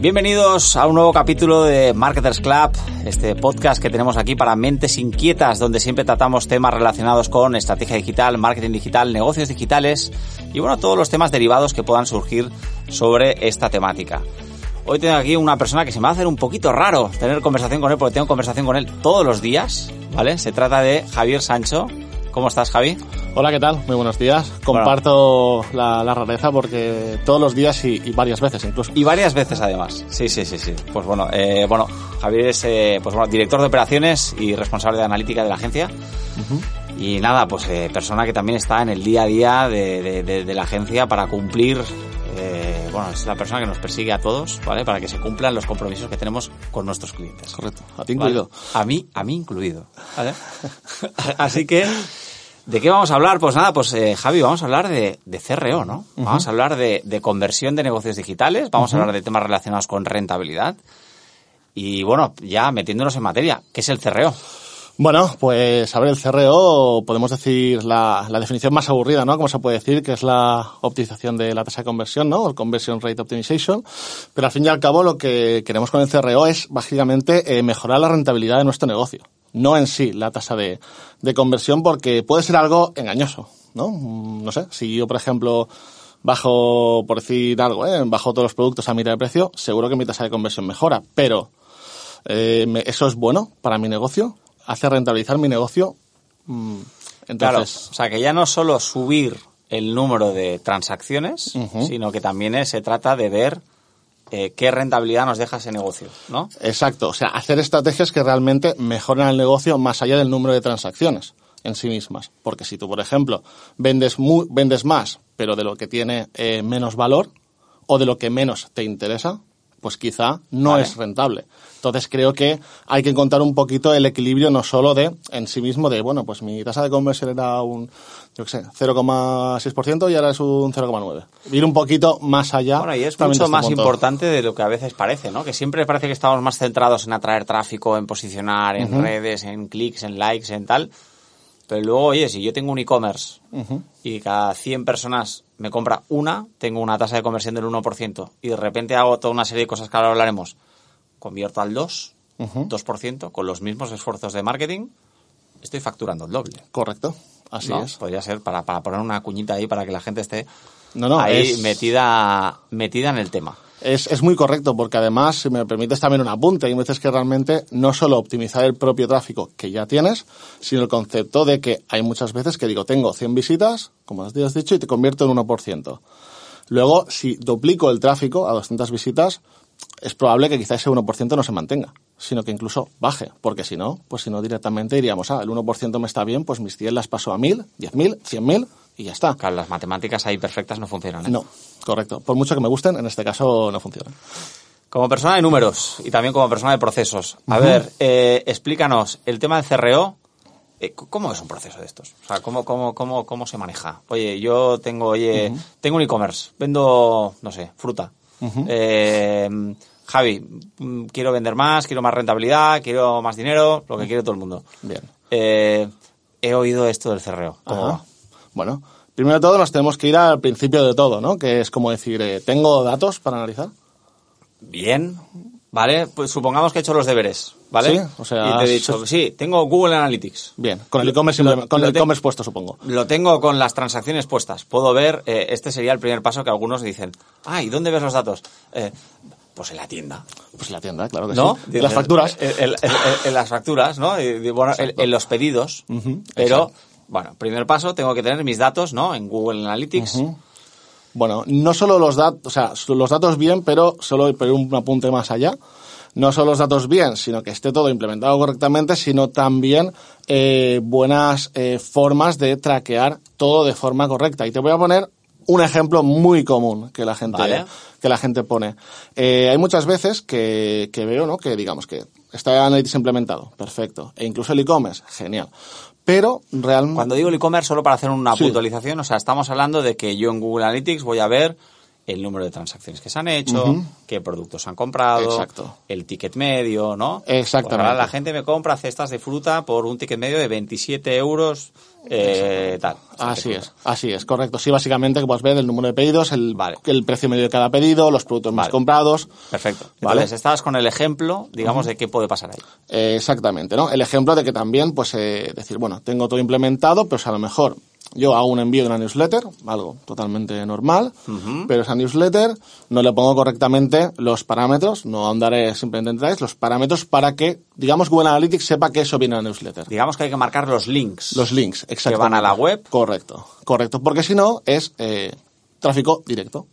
Bienvenidos a un nuevo capítulo de Marketers Club, este podcast que tenemos aquí para mentes inquietas, donde siempre tratamos temas relacionados con estrategia digital, marketing digital, negocios digitales y bueno, todos los temas derivados que puedan surgir sobre esta temática. Hoy tengo aquí una persona que se me va a hacer un poquito raro tener conversación con él, porque tengo conversación con él todos los días, ¿vale? Se trata de Javier Sancho. ¿Cómo estás, Javi? Hola, ¿qué tal? Muy buenos días. Comparto la, la rareza porque todos los días y, y varias veces incluso. Pues, Y varias veces además. Sí, sí, sí, sí. Pues bueno, eh, bueno, Javier es eh, pues bueno, director de operaciones y responsable de analítica de la agencia. Y nada, pues eh, persona que también está en el día a día de, de- de- de la agencia para cumplir. eh, bueno, es la persona que nos persigue a todos, ¿vale? Para que se cumplan los compromisos que tenemos con nuestros clientes. Correcto. A ti incluido. Vale. A mí, a mí incluido. ¿vale? Así que, ¿de qué vamos a hablar? Pues nada, pues eh, Javi, vamos a hablar de, de CRO, ¿no? Vamos a hablar de, de conversión de negocios digitales, vamos a hablar de temas relacionados con rentabilidad. Y bueno, ya metiéndonos en materia, ¿qué es el CRO? Bueno, pues a ver, el CRO podemos decir la, la definición más aburrida, ¿no? Como se puede decir, que es la optimización de la tasa de conversión, ¿no? El Conversion Rate Optimization. Pero al fin y al cabo lo que queremos con el CRO es básicamente eh, mejorar la rentabilidad de nuestro negocio. No en sí la tasa de, de conversión porque puede ser algo engañoso, ¿no? Mm, No sé, si yo por ejemplo bajo, por decir algo, ¿eh? bajo todos los productos a mitad de precio, seguro que mi tasa de conversión mejora, pero eh, me- eso es bueno para mi negocio, hace rentabilizar mi negocio. mm, Claro, o Entonces, sea que ya no solo subir el número de transacciones, Ujú. sino que también eh, se trata de ver eh, qué rentabilidad nos deja ese negocio, ¿no? exacto, o sea, hacer estrategias que realmente mejoran el negocio más allá del número de transacciones en sí mismas. Porque si tú, por ejemplo, vendes, mu- vendes más, pero de lo que tiene eh, menos valor o de lo que menos te interesa, pues quizá no Vale. es rentable. Entonces creo que hay que contar un poquito el equilibrio no solo de en sí mismo de, bueno, pues mi tasa de conversión era un, yo qué sé, 0,6% y ahora es un 0,9%. Ir un poquito más allá. Bueno, y es también mucho de este más punto. importante de lo que a veces parece, ¿no? Que siempre parece que estamos más centrados en atraer tráfico, en posicionar, en redes, en clics, en likes, en tal. Pero luego, oye, si yo tengo un e-commerce y cada 100 personas me compra una, tengo una tasa de conversión del 1% y de repente hago toda una serie de cosas que ahora hablaremos, convierto al 2, 2%, con los mismos esfuerzos de marketing, estoy facturando el doble. Correcto, así ¿no? es. Podría ser para, para poner una cuñita ahí para que la gente esté No, no, ahí es- metida, metida en el tema. Es, es muy correcto, porque además, si me permites también un apunte, hay veces que realmente no solo optimizar el propio tráfico que ya tienes, sino el concepto de que hay muchas veces que digo, tengo 100 visitas, como has has dicho, y te convierto en 1%. Luego, si duplico el tráfico a 200 visitas, es probable que quizá ese 1% no se mantenga, sino que incluso baje, porque si no, pues si no directamente diríamos, ah, el 1% me está bien, pues mis 100 las paso a 1000, 10.000, 100.000 y ya está. Claro, las matemáticas ahí perfectas no funcionan. ¿eh? No, correcto. Por mucho que me gusten, en este caso no funciona. Como persona de números y también como persona de procesos. A ver, eh, explícanos, el tema del CRO, eh, c- ¿cómo es un proceso de estos? O sea, ¿cómo, cómo, cómo, cómo se maneja? Oye, yo tengo, oye, tengo un e-commerce, vendo, no sé, fruta. Eh, Javi, mm, quiero vender más, quiero más rentabilidad, quiero más dinero, lo que quiere todo el mundo. Bien. Eh, he oído esto del CRO. ¿Cómo Ajá. va? Bueno, primero de todo nos tenemos que ir al principio de todo, ¿no? Que es como decir, eh, tengo datos para analizar. Bien, ¿vale? Pues supongamos que he hecho los deberes, ¿vale? Sí, o sea, y te he dicho, sí, tengo Google Analytics. Bien, con el e-commerce Lo- implemen- con lo el te- e-commerce puesto, supongo. Lo tengo con las transacciones puestas. Puedo ver, eh, este sería el primer paso que algunos dicen, ah, ¿y dónde ves los datos? Eh, pues en la tienda, Pues en la tienda, claro que ¿no? Eh, sí. Las facturas. En, en- en- en las facturas, ¿no? Y- y bueno, en, en los pedidos. pero, exacto. bueno, primer paso, tengo que tener mis datos, ¿no? En Google Analytics. Bueno, no solo los datos, o sea, so- los datos bien, pero solo pero un apunte más allá. no solo los datos bien, sino que esté todo implementado correctamente, sino también eh, buenas eh, formas de traquear todo de forma correcta. Y te voy a poner un ejemplo muy común que la gente Vale. que la gente pone. Eh, hay muchas veces que, que veo, ¿no? Que digamos que está Analytics implementado, perfecto, e incluso el e-commerce, genial. Pero realmente Cuando digo el e-commerce, solo para hacer una Sí. puntualización, o sea, estamos hablando de que yo en Google Analytics voy a ver el número de transacciones que se han hecho, qué productos se han comprado, Exacto. el ticket medio, ¿no? Exactamente. Pues ahora la gente me compra cestas de fruta por un ticket medio de 27 euros, eh, tal. O sea, Así que- es, así es, correcto. Sí, básicamente que puedes ver el número de pedidos, el, Vale. el precio medio de cada pedido, los productos más Vale. comprados. Perfecto. Vale. Entonces, estabas con el ejemplo, digamos, de qué puede pasar ahí. Eh, exactamente, ¿no? El ejemplo de que también, pues, eh, decir, bueno, tengo todo implementado, pero o sea, a lo mejor yo hago un envío de una newsletter, algo totalmente normal, pero esa newsletter no le pongo correctamente los parámetros, no andaré simplemente en detalles, los parámetros para que, digamos, Google Analytics sepa que eso viene a la newsletter. Digamos que hay que marcar los links. Los links, exacto. van a la web. Correcto, correcto, porque si no es eh, tráfico directo.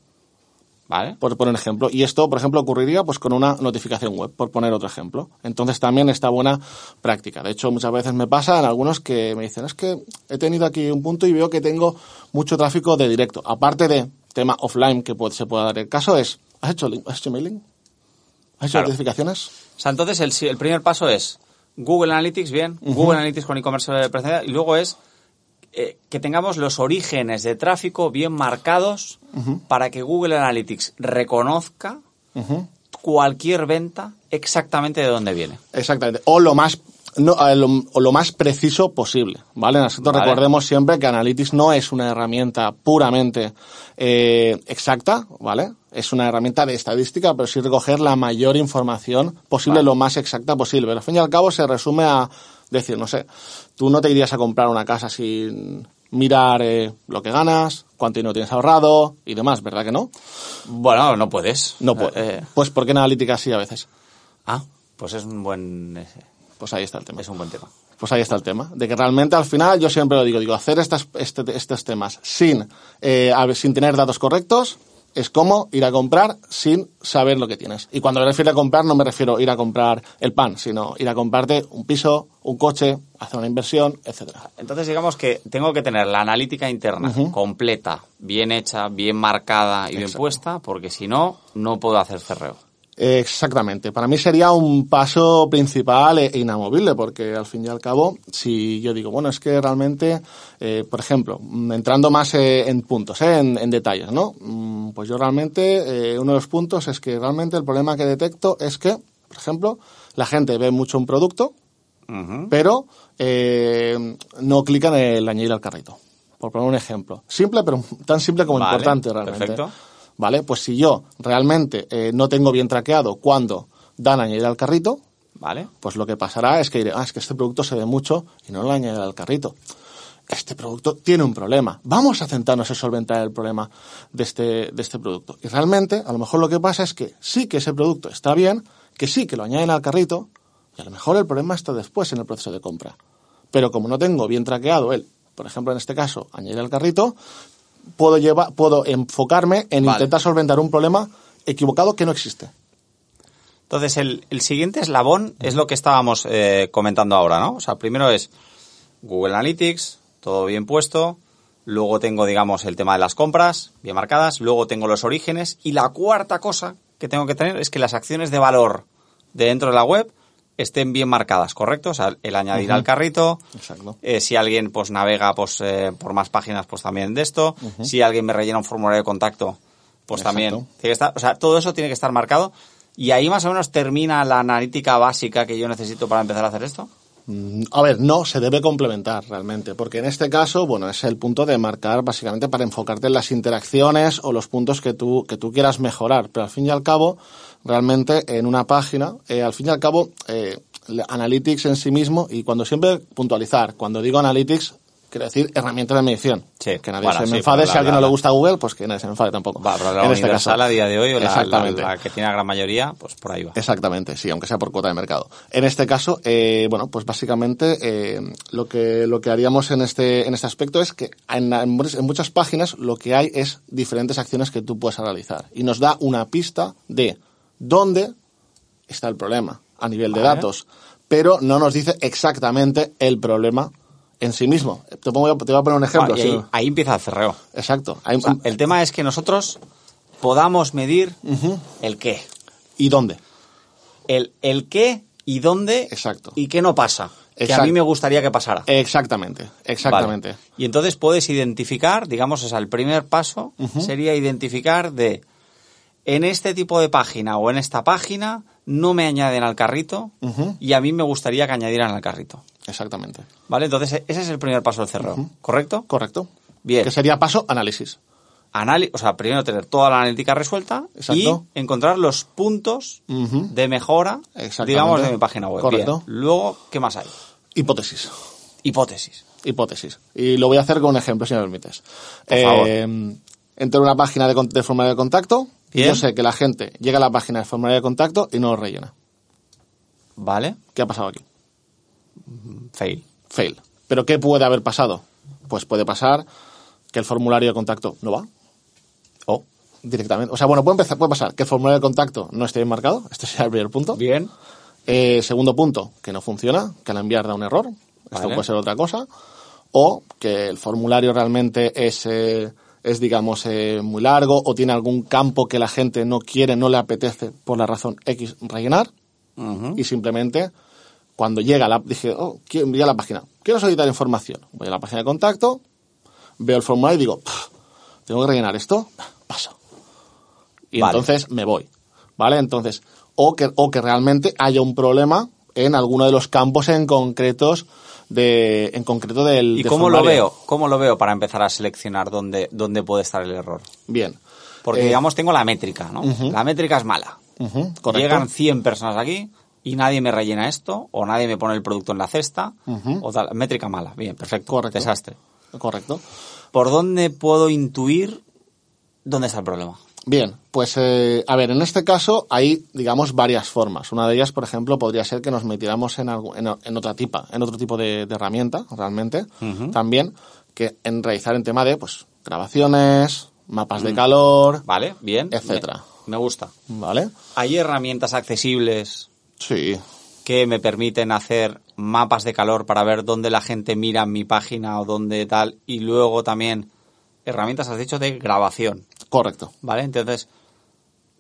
¿Vale? por poner un ejemplo. Y esto, por ejemplo, ocurriría pues con una notificación web, por poner otro ejemplo. Entonces también está buena práctica. De hecho, muchas veces me pasa en algunos que me dicen, es que he tenido aquí un punto y veo que tengo mucho tráfico de directo. Aparte de tema offline que puede- se pueda dar el caso, es, ¿has hecho, link- has hecho mailing? ¿Has hecho Claro. notificaciones? O sea, entonces el, si- el primer paso es Google Analytics, bien, Google Analytics con e-commerce eh, presencial, y luego es eh, que tengamos los orígenes de tráfico bien marcados para que Google Analytics reconozca cualquier venta exactamente de dónde viene. Exactamente. O lo más no, eh, lo, o lo más preciso posible, ¿vale? Nosotros Vale. recordemos siempre que Analytics no es una herramienta puramente eh, exacta, ¿vale? Es una herramienta de estadística, pero sí recoger la mayor información posible, lo más exacta posible. Pero al fin y al cabo se resume a decir, no sé, tú no te irías a comprar una casa sin mirar eh, lo que ganas, cuánto dinero tienes ahorrado y demás, ¿verdad que no? Bueno, no puedes. No puedes. Eh, eh, Pues porque en Analytics sí a veces. ah, pues es un buen eh, Pues ahí está el tema. es un buen tema. Pues ahí está el tema, de que realmente al final yo siempre lo digo, digo, hacer estas, este- estos temas sin, eh, a ver, sin tener datos correctos es como ir a comprar sin saber lo que tienes. Y cuando me refiero a comprar no me refiero a ir a comprar el pan, sino ir a comprarte un piso, un coche, hacer una inversión, etcétera. Entonces digamos que tengo que tener la analítica interna completa, bien hecha, bien marcada y bien Exacto. puesta, porque si no, no puedo hacer cerreo. Eh, Exactamente. Para mí sería un paso principal e e inamovible, porque al fin y al cabo, si yo digo, bueno, es que realmente, eh, por ejemplo, mm, entrando más eh, en puntos, eh, en, en detalles, ¿no? Mm, Pues yo realmente, eh, uno de los puntos es que realmente el problema que detecto es que, por ejemplo, la gente ve mucho un producto, Ujú. pero eh, no clican el añadir al carrito. Por poner un ejemplo. Simple, pero tan simple como Vale, importante realmente. perfecto. Vale, pues si yo realmente eh, no tengo bien traqueado cuando dan a añadir al carrito, ¿Vale? pues lo que pasará es que diré, ah, es que este producto se ve mucho y no lo añadiré al carrito. Este producto tiene un problema. Vamos a centrarnos en solventar el problema de este, de este producto. Y realmente, a lo mejor lo que pasa es que sí que ese producto está bien, que sí que lo añaden al carrito, y a lo mejor el problema está después en el proceso de compra. Pero como no tengo bien traqueado él, por ejemplo, en este caso, añadir al carrito, puedo, llevar, puedo enfocarme en Vale. intentar solventar un problema equivocado que no existe. Entonces, el, el siguiente eslabón es lo que estábamos eh, comentando ahora, ¿no? O sea, primero es Google Analytics, todo bien puesto. Luego tengo, digamos, el tema de las compras, bien marcadas. Luego tengo los orígenes. Y la cuarta cosa que tengo que tener es que las acciones de valor de dentro de la web estén bien marcadas, ¿correcto? O sea, el añadir al carrito. Exacto. Eh, si alguien pues navega pues, eh, por más páginas, pues también de esto. Si alguien me rellena un formulario de contacto, pues Exacto. también. Tiene que estar, o sea, todo eso tiene que estar marcado. Y ahí más o menos termina la analítica básica que yo necesito para empezar a hacer esto. Mm, A ver, no, se debe complementar realmente, porque en este caso, bueno, es el punto de marcar básicamente para enfocarte en las interacciones o los puntos que tú, que tú quieras mejorar, pero al fin y al cabo, realmente en una página, eh, al fin y al cabo, eh, la- Analytics en sí mismo, y cuando siempre puntualizar, cuando digo Analytics, quiero decir herramientas de medición, Sí, que nadie bueno, se me sí, enfade, pero la- si a alguien la- no le la- gusta Google, pues que nadie se me enfade tampoco. Va, pero la en este universal caso. a día de hoy, o la- la, Exactamente. la que tiene la gran mayoría, pues por ahí va. Exactamente, sí, aunque sea por cuota de mercado. En este caso, eh, bueno, pues básicamente eh, lo que lo que haríamos en este en este aspecto es que en, la- en muchas- en muchas páginas lo que hay es diferentes acciones que tú puedes analizar y nos da una pista de dónde está el problema a nivel de datos, pero no nos dice exactamente el problema en sí mismo. Te, pongo- te voy a poner un ejemplo. Ah, y sí. ahí, ahí empieza el cerreo. Exacto. Hay- O sea, el tema es que nosotros podamos medir el qué. ¿Y dónde? El, el qué y dónde Exacto. y qué no pasa. Que a Exacto. mí me gustaría que pasara. Exactamente, exactamente. Vale. Y entonces puedes identificar, digamos, o sea, el primer paso sería identificar de en este tipo de página o en esta página no me añaden al carrito y a mí me gustaría que añadieran al carrito. Exactamente. ¿Vale? Entonces, e- ese es el primer paso del cerreo, ¿correcto? Correcto. Bien. Que sería paso análisis. Anali- o sea, primero tener toda la analítica resuelta Exacto. y encontrar los puntos Ujú. de mejora, Exactamente. digamos, de mi página web. Correcto. Bien. Luego, ¿qué más hay? Hipótesis. Hipótesis. Hipótesis. Y lo voy a hacer con un ejemplo, si me permites. Eh, Por favor. entro en una página de, con- de formulario de contacto y Bien. yo sé que la gente llega a la página de formulario de contacto y no lo rellena. ¿Vale? ¿Qué ha pasado aquí? Fail. Fail. ¿Pero qué puede haber pasado? Pues puede pasar que el formulario de contacto no va. O directamente. O sea, bueno, puede, empezar, puede pasar que el formulario de contacto no esté bien marcado. Este sería el primer punto. Bien. Eh, segundo punto, que no funciona, que al enviar da un error. Esto Vale. puede ser otra cosa. O que el formulario realmente es, eh, es digamos, eh, muy largo o tiene algún campo que la gente no quiere, no le apetece por la razón X rellenar. Y simplemente, cuando llega la, dije, oh, quiero llega a la página, quiero solicitar información. Voy a la página de contacto, veo el formulario y digo, "Pff, tengo que rellenar esto, paso. Y Vale. entonces me voy. ¿Vale? Entonces, o que, o que realmente haya un problema en alguno de los campos en concretos de, en concreto del ¿Y del cómo lo formulario. veo? ¿Cómo lo veo para empezar a seleccionar dónde, dónde puede estar el error? Bien. Porque, Eh, digamos, tengo la métrica, ¿no? La métrica es mala. ujú, correcto. Llegan 100 personas aquí y nadie me rellena esto, o nadie me pone el producto en la cesta, o tal. Métrica mala. Bien, perfecto. Correcto. Desastre. Correcto. ¿Por dónde puedo intuir dónde está el problema? Bien, pues eh, a ver, en este caso hay, digamos, varias formas. Una de ellas, por ejemplo, podría ser que nos metiéramos en, algo- en, en otra tipa, en otro tipo de, de herramienta, realmente, también, que en realizar en tema de, pues, grabaciones, mapas Mm. de calor, ¿Vale? Bien. Etcétera. Me, me gusta. ¿vale? ¿Hay herramientas accesibles Sí, que me permiten hacer mapas de calor para ver dónde la gente mira mi página o dónde tal. Y luego también herramientas, has dicho, de grabación. correcto. ¿Vale? Entonces,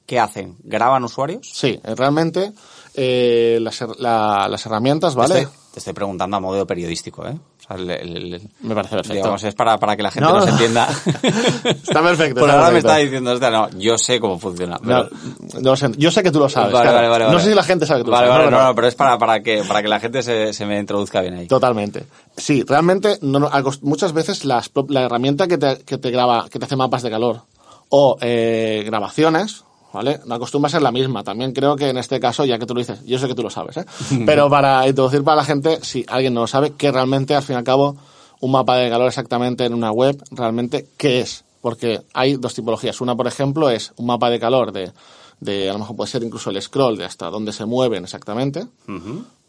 ¿qué hacen? ¿Graban usuarios? Sí, eh, realmente eh, las, her- la- las herramientas, ¿vale? Te estoy, te estoy preguntando a modo periodístico, ¿eh? O sea, el- el- el- Me parece perfecto. digamos, es para, para que la gente No, nos no. entienda. Está perfecto, Por está ahora me perfecto. está diciendo, "Hostia, no, yo sé cómo funciona. No, pero- no lo sé, yo sé que tú lo sabes. Vale, claro. vale, vale, no vale. sé si la gente sabe que tú Vale, lo sabes. vale, ¿no? no, Pero- no, pero es para, para, que, para que la gente se, se me introduzca bien ahí. Totalmente. Sí, realmente no, no, acos- muchas veces las pro- la herramienta que te, que te graba, que te hace mapas de calor o eh, grabaciones, ¿vale? No acostumbra a ser la misma. También creo que en este caso, ya que tú lo dices, yo sé que tú lo sabes, ¿eh? Pero para introducir para la gente, si alguien no lo sabe, que realmente al fin y al cabo un mapa de calor exactamente en una web, realmente, ¿qué es? Porque hay dos tipologías. Una, por ejemplo, es un mapa de calor de, de a lo mejor puede ser incluso el scroll de hasta dónde se mueven exactamente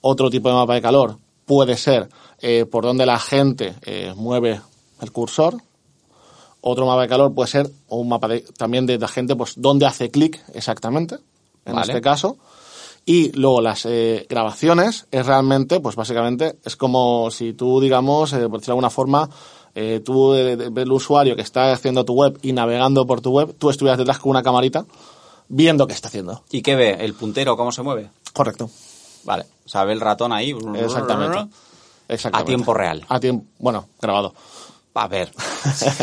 otro tipo de mapa de calor puede ser eh, por donde la gente eh, mueve el cursor. Otro mapa de calor puede ser o un mapa de- también de la gente, pues dónde hace clic exactamente, en Vale. este caso. Y luego las eh, grabaciones es realmente, pues básicamente es como si tú, digamos, eh, por decirlo de alguna forma, eh, tú, eh, el usuario que está haciendo tu web y navegando por tu web, tú estuvieras detrás con una camarita viendo qué está haciendo. ¿Y qué ve? ¿El puntero cómo se mueve? Correcto. Vale, o sea, ve el ratón ahí. Exactamente. Exactamente. A tiempo real. A tiempo, bueno, grabado. A ver.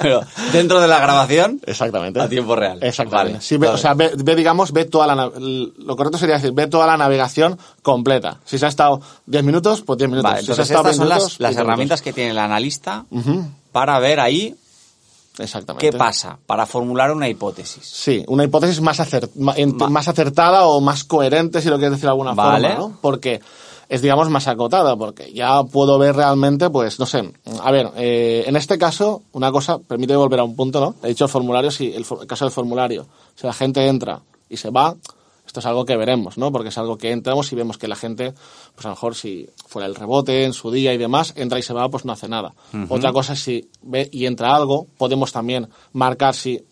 Pero dentro de la grabación, Exactamente. A tiempo real. Exactamente. Vale, Sí, ve- vale. O sea, ve, ve, digamos, ve toda la, nav- l- lo correcto sería decir, ve toda la navegación completa. Si se ha estado 10 minutos, pues 10 minutos. vale, Si se ha entonces estado estas 20 son las, minutos, las 20 minutos. herramientas que tiene el analista para ver ahí Exactamente. qué pasa, para formular una hipótesis. Sí, una hipótesis más, acer- ma- en- más acertada o más coherente, si lo quieres decir de alguna Vale. forma, ¿no? Porque es, digamos, más acotada, porque ya puedo ver realmente, pues, no sé. A ver, eh, en este caso, una cosa, permíteme volver a un punto, ¿no? He dicho el formulario, si el, for- el caso del formulario, si la gente entra y se va, esto es algo que veremos, ¿no? Porque es algo que entramos y vemos que la gente, pues a lo mejor si fuera el rebote en su día y demás, entra y se va, pues no hace nada. Otra cosa es si ve y entra algo, podemos también marcar si,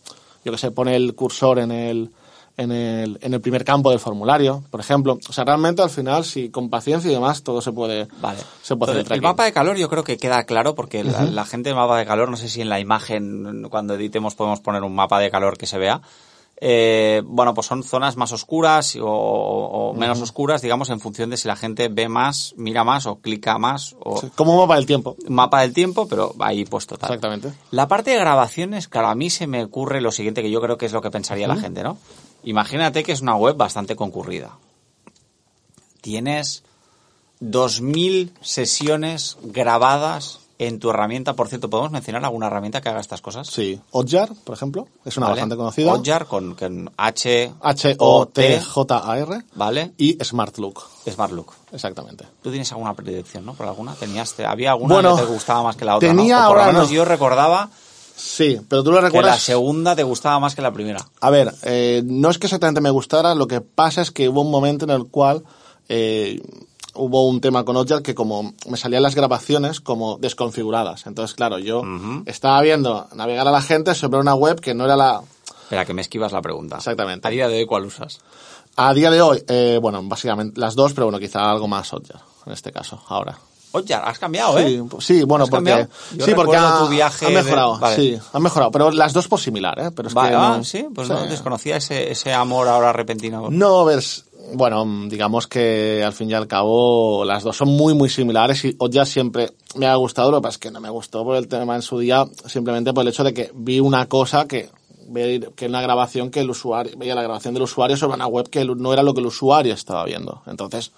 yo que sé, pone el cursor en el, en el, en el primer campo del formulario, por ejemplo. O sea, realmente al final, si con paciencia y demás, todo se puede, Vale. se puede Entonces, hacer el tracking. mapa de calor yo creo que queda claro porque la, la gente del mapa de calor, no sé si en la imagen cuando editemos podemos poner un mapa de calor que se vea. Eh, bueno, pues son zonas más oscuras o, o menos oscuras, digamos, en función de si la gente ve más, mira más o clica más o Sí, Como un mapa del tiempo. mapa del tiempo, pero ahí puesto tal. Exactamente. La parte de grabaciones, claro, a mí se me ocurre lo siguiente que yo creo que es lo que pensaría la gente, ¿no? Imagínate que es una web bastante concurrida. Tienes 2.000 sesiones grabadas en tu herramienta. Por cierto, ¿podemos mencionar alguna herramienta que haga estas cosas? Sí. Hotjar, por ejemplo, es una ¿Vale? bastante conocida. Hotjar con, con H... H-O-T-J-A-R. ¿Vale? Y SmartLook, SmartLook. exactamente. Tú tienes alguna predilección, ¿no? Por alguna. Tenías, te- había alguna Bueno, que te gustaba más que la otra, ¿no? tenía O por lo ahora menos no. yo recordaba Sí, pero tú lo que la recuerdas. segunda te gustaba más que la primera. A ver, eh, no es que exactamente me gustara, lo que pasa es que hubo un momento en el cual eh, hubo un tema con Hotjar que como me salían las grabaciones como desconfiguradas. Entonces, claro, yo estaba viendo navegar a la gente sobre una web que no era la... Espera, que me esquivas la pregunta. Exactamente. A día de hoy, ¿cuál usas? A día de hoy, eh, bueno, básicamente las dos, pero bueno, quizá algo más Hotjar en este caso, ahora. Oye, has cambiado, Sí, pues, ¿eh? sí, bueno, ¿Has porque, cambiado? Yo sí, porque recuerdo ha, tu viaje ha de- mejorado, Vale. sí, ha mejorado, pero las dos por similar, ¿eh? Pero es Vale, que ah, no- sí, pues sí. no, desconocía ese, ese amor ahora repentino. No, ves, bueno, mm, digamos que al fin y al cabo las dos son muy, muy similares y ya siempre me ha gustado, lo que pasa es que no me gustó por el tema en su día, simplemente por el hecho de que vi una cosa que ver que una grabación que el usuario veía la grabación del usuario sobre una web que el- no era lo que el usuario estaba viendo entonces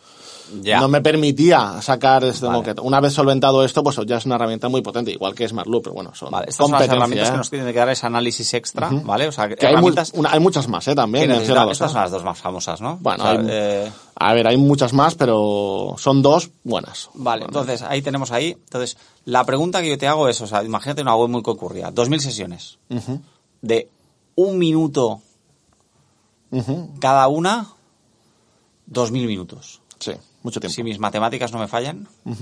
Ya. no me permitía sacar este Vale. moquete. una vez solventado esto pues ya es una herramienta muy potente igual que Smartloop pero bueno son Vale, estas son las competencia, herramientas ¿eh? que nos tienen que dar ese análisis extra, ¿vale? O sea, Que hay, mu- herramientas una- hay muchas más eh que también necesitan- mencionados, Estas ¿eh? son las dos más famosas, ¿no? Bueno, O sea, hay- eh, a ver, hay muchas más, pero son dos buenas. Vale, entonces ahí tenemos ahí. Entonces, la pregunta que yo te hago es, o sea, imagínate una web muy concurrida, 2.000 sesiones de un minuto Ujú, cada una, 2.000 minutos. Sí, mucho tiempo. si mis matemáticas no me fallan,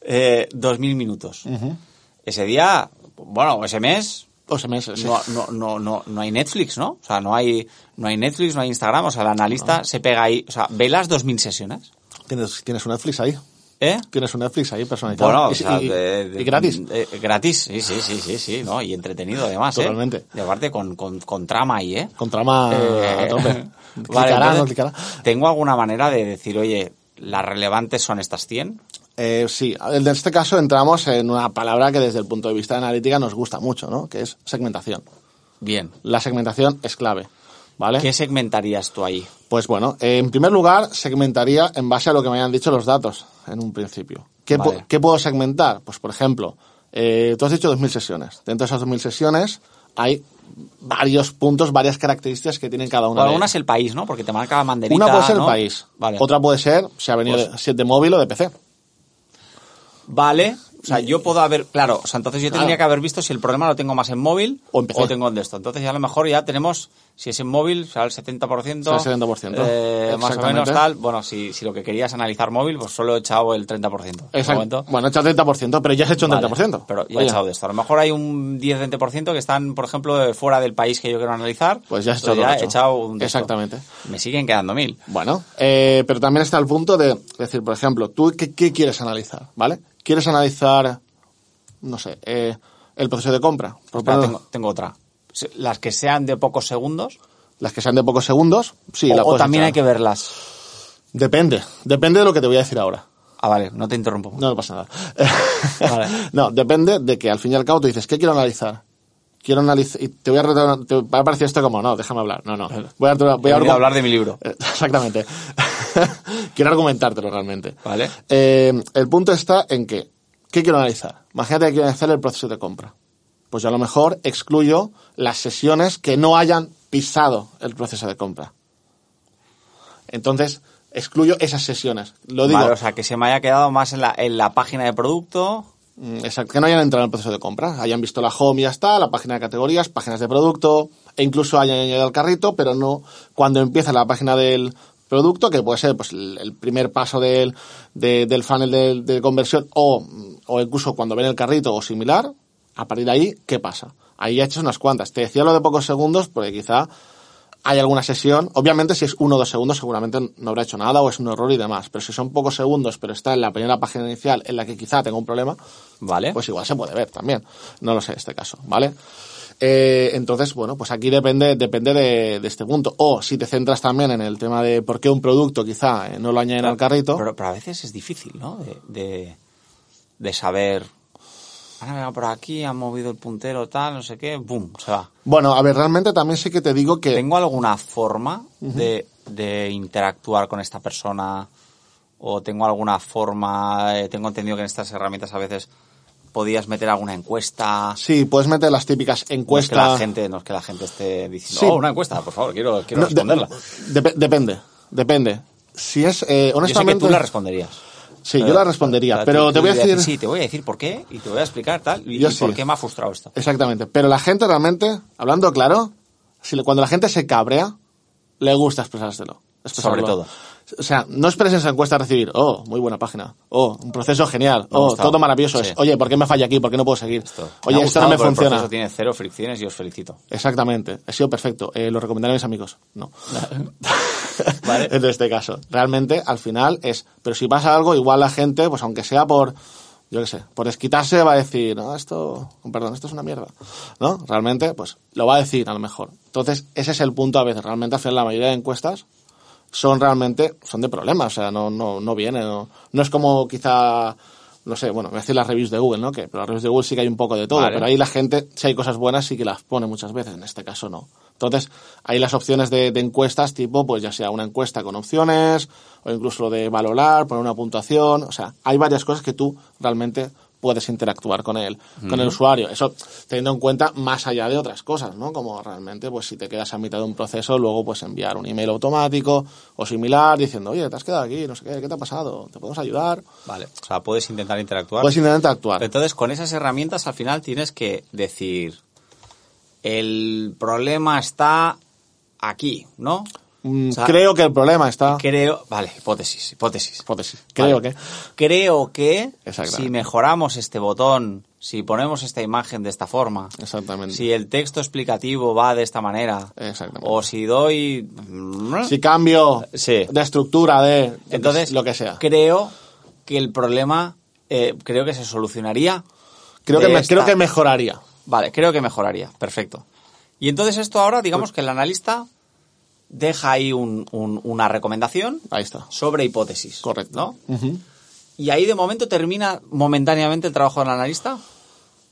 eh, 2.000 minutos. Ese día, bueno, ese mes, Dos meses, sí. no, no, no, no, no hay Netflix, ¿no? O sea, no hay, no hay Netflix, no hay Instagram, o sea, el analista se pega ahí, o sea, ve las 2.000 sesiones, ¿Tienes, tienes un Netflix ahí. ¿eh? Tienes un Netflix ahí personalizado. Bueno, y, o sea, y- de- de- y gratis. de- eh, gratis, sí, sí, sí, sí, sí, ¿no? Y entretenido además, ¿eh? Totalmente. Y aparte con, con, con trama ahí, ¿eh? Con trama Eh, a tope. vale, Clicará, entonces, no clicará. ¿Tengo alguna manera de decir, oye, las relevantes son estas 100? Eh, sí, en este caso entramos en una palabra que desde el punto de vista de analítica nos gusta mucho, ¿no? Que es segmentación. Bien. La segmentación es clave, ¿vale? ¿Qué segmentarías tú ahí? Pues bueno, eh, en primer lugar, segmentaría en base a lo que me hayan dicho los datos en un principio. ¿Qué, pu- Vale. qué puedo segmentar? Pues por ejemplo, eh, tú has dicho 2.000 sesiones. Dentro de esas 2.000 sesiones hay varios puntos, varias características que tienen cada una. Bueno, de una ellas. es el país, ¿no? Porque te marca la banderita. Una puede ser ¿no? el país, Vale. otra puede ser si ha venido Pues- de, si es de móvil o de PC. Vale. O sea, yo puedo haber. Claro, o sea, entonces yo tendría que haber visto si el problema lo tengo más en móvil O en PC. tengo en de esto. Entonces ya a lo mejor ya tenemos, si es en móvil, o sea, el 70%. O sea, el 70%. eh, más o menos Exactamente. tal. Bueno, si, si lo que querías analizar móvil, pues solo he echado el 30%. De Exacto. momento. Bueno, he hecho el 30%, pero ya has hecho un Vale, 30%. Pero ya he Oye, echado de esto. A lo mejor hay un 10-20% que están, por ejemplo, eh, fuera del país que yo quiero analizar. Pues ya has Entonces echado ya otro. he echado un de esto. Exactamente. Me siguen quedando mil. Bueno, eh, pero también está el punto de decir, por ejemplo, tú qué, qué quieres analizar, ¿vale? ¿Quieres analizar, no sé, eh, el proceso de compra? Por Espera, poner- tengo, tengo otra. Se- Las que sean de pocos segundos. Las que sean de pocos segundos, sí, o la o puedes también hay echar. que verlas. Depende, depende de lo que te voy a decir ahora. Ah, vale, no te interrumpo. No, no pasa nada. Vale. no, depende de que al fin y al cabo tú dices, ¿qué quiero analizar? Quiero analizar... Y te voy a... retar- Te va a parecer esto como, no, déjame hablar. No, no. Voy a, voy a, Voy a argu- hablar de mi libro. Eh, Exactamente. quiero argumentártelo realmente. Vale. Eh, el punto está en que, ¿qué quiero analizar? Imagínate que quiero analizar el proceso de compra. Pues yo a lo mejor excluyo las sesiones que no hayan pisado el proceso de compra. Entonces, excluyo esas sesiones. Lo digo, Vale, o sea, que se me haya quedado más en la, en la página de producto. mm, exacto, que no hayan entrado en el proceso de compra. Hayan visto la home y ya está, la página de categorías, páginas de producto, e incluso hayan añadido al carrito, pero no cuando empieza la página del producto, que puede ser pues, el el primer paso del, de- del funnel de, de conversión o, o incluso cuando ven el carrito o similar, a partir de ahí, ¿qué pasa? Ahí ya he hecho unas cuantas. Te decía lo de pocos segundos porque quizá hay alguna sesión. Obviamente, si es uno o dos segundos, seguramente no habrá hecho nada o es un error y demás. Pero si son pocos segundos, pero está en la primera página inicial en la que quizá tenga un problema, Vale. pues igual se puede ver también. No lo sé en este caso, ¿vale? Eh, entonces, bueno, pues aquí depende, depende de, de este punto. O si te centras también en el tema de por qué un producto quizá eh, no lo añaden al carrito. Pero, pero a veces es difícil, ¿no? De, de, de saber. Han navegado por aquí, han movido el puntero, tal, no sé qué, ¡boom! Se va. Bueno, a ver, realmente también sí que te digo que ¿Tengo alguna forma de, de interactuar con esta persona? ¿O tengo alguna forma? eh, tengo entendido que en estas herramientas a veces podías meter alguna encuesta. sí, puedes meter las típicas No es que encuestas. la gente, no es que la gente esté diciendo, Sí. oh, una encuesta, por favor, quiero, quiero No, de- responderla. dep- depende, depende. Si es, Yo eh, sé que honestamente. tú la Eh, responderías. sí, yo la respondería, O sea, pero tú- te tú voy a dirías, decir. Sí, te voy a decir por qué y te voy a explicar tal y, Yo y por sí. qué me ha frustrado esto. Exactamente. Pero la gente realmente, hablando claro, si le- cuando la gente se cabrea, le gusta expresárselo. expresarlo. Sobre todo. O sea, no expreses esa encuesta a recibir. Oh, muy buena página. Oh, un proceso genial. ha Oh, gustado. todo maravilloso Sí. es. Oye, ¿por qué me falla aquí? ¿Por qué no puedo seguir? Oye, ha esto gustado, no me pero el funciona. proceso tiene cero fricciones y os felicito. Exactamente, ha sido perfecto. Eh, lo recomendaré a mis amigos. No. Vale. en este caso. Realmente, al final es. Pero si pasa algo, igual la gente, pues aunque sea por. Yo qué sé, por desquitarse va a decir, no, esto, con perdón, esto es una mierda. ¿No? Realmente, pues lo va a decir a lo mejor. Entonces, ese es el punto a veces. Realmente, al final, la mayoría de encuestas son realmente, son de problemas, o sea, no, no, no viene, no, no es como quizá, no sé, bueno, voy a decir las reviews de Google, ¿no? Que, pero las reviews de Google sí que hay un poco de todo, Vale. pero ahí la gente, si hay cosas buenas, sí que las pone muchas veces, en este caso no. Entonces, hay las opciones de, de encuestas tipo, pues ya sea una encuesta con opciones, o incluso lo de valorar, poner una puntuación, o sea, hay varias cosas que tú realmente puedes interactuar con él, con el usuario. Eso teniendo en cuenta más allá de otras cosas, ¿no? Como realmente, pues si te quedas a mitad de un proceso, luego pues enviar un email automático o similar diciendo, oye, te has quedado aquí, no sé qué, ¿qué te ha pasado? ¿Te podemos ayudar? Vale. O sea, puedes intentar interactuar. Puedes Pues intentar actuar. Entonces, con esas herramientas al final tienes que decir, el problema está aquí, ¿no? Mm, O sea, creo que el problema está... Creo, vale, hipótesis, hipótesis. Hipótesis. Creo Vale. que... Creo que Exactamente. si mejoramos este botón, si ponemos esta imagen de esta forma, Exactamente. si el texto explicativo va de esta manera, Exactamente. o si doy... Si cambio Sí. de estructura, de... Entonces, Lo que sea. Creo que el problema, eh, creo que se solucionaría. Creo de que, me- esta- creo que mejoraría. Vale, creo que mejoraría. Perfecto. Y entonces esto ahora, Pues digamos que el analista deja ahí un- un- una recomendación Ahí está. sobre hipótesis. Correcto. ¿no? Y ahí de momento termina momentáneamente el trabajo del analista.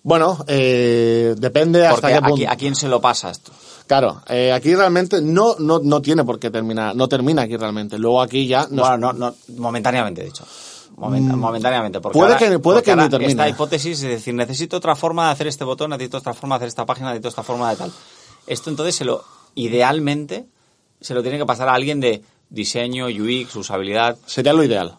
Bueno, eh, depende hasta Porque qué a, punto. qui- a quién se lo pasa esto. Claro, eh, aquí realmente no, no, no tiene por qué terminar, no termina aquí realmente. Luego aquí ya nos- Bueno, no, no, momentáneamente, de hecho. Momenta- momentáneamente. Porque Mm, puede ahora- que- puede porque que ahora no termine. Esta hipótesis es decir, necesito otra forma de hacer este botón, necesito otra forma de hacer esta página, necesito otra forma de tal. Esto entonces se lo, idealmente, se lo tiene que pasar a alguien de diseño, UX, usabilidad, sería lo ideal.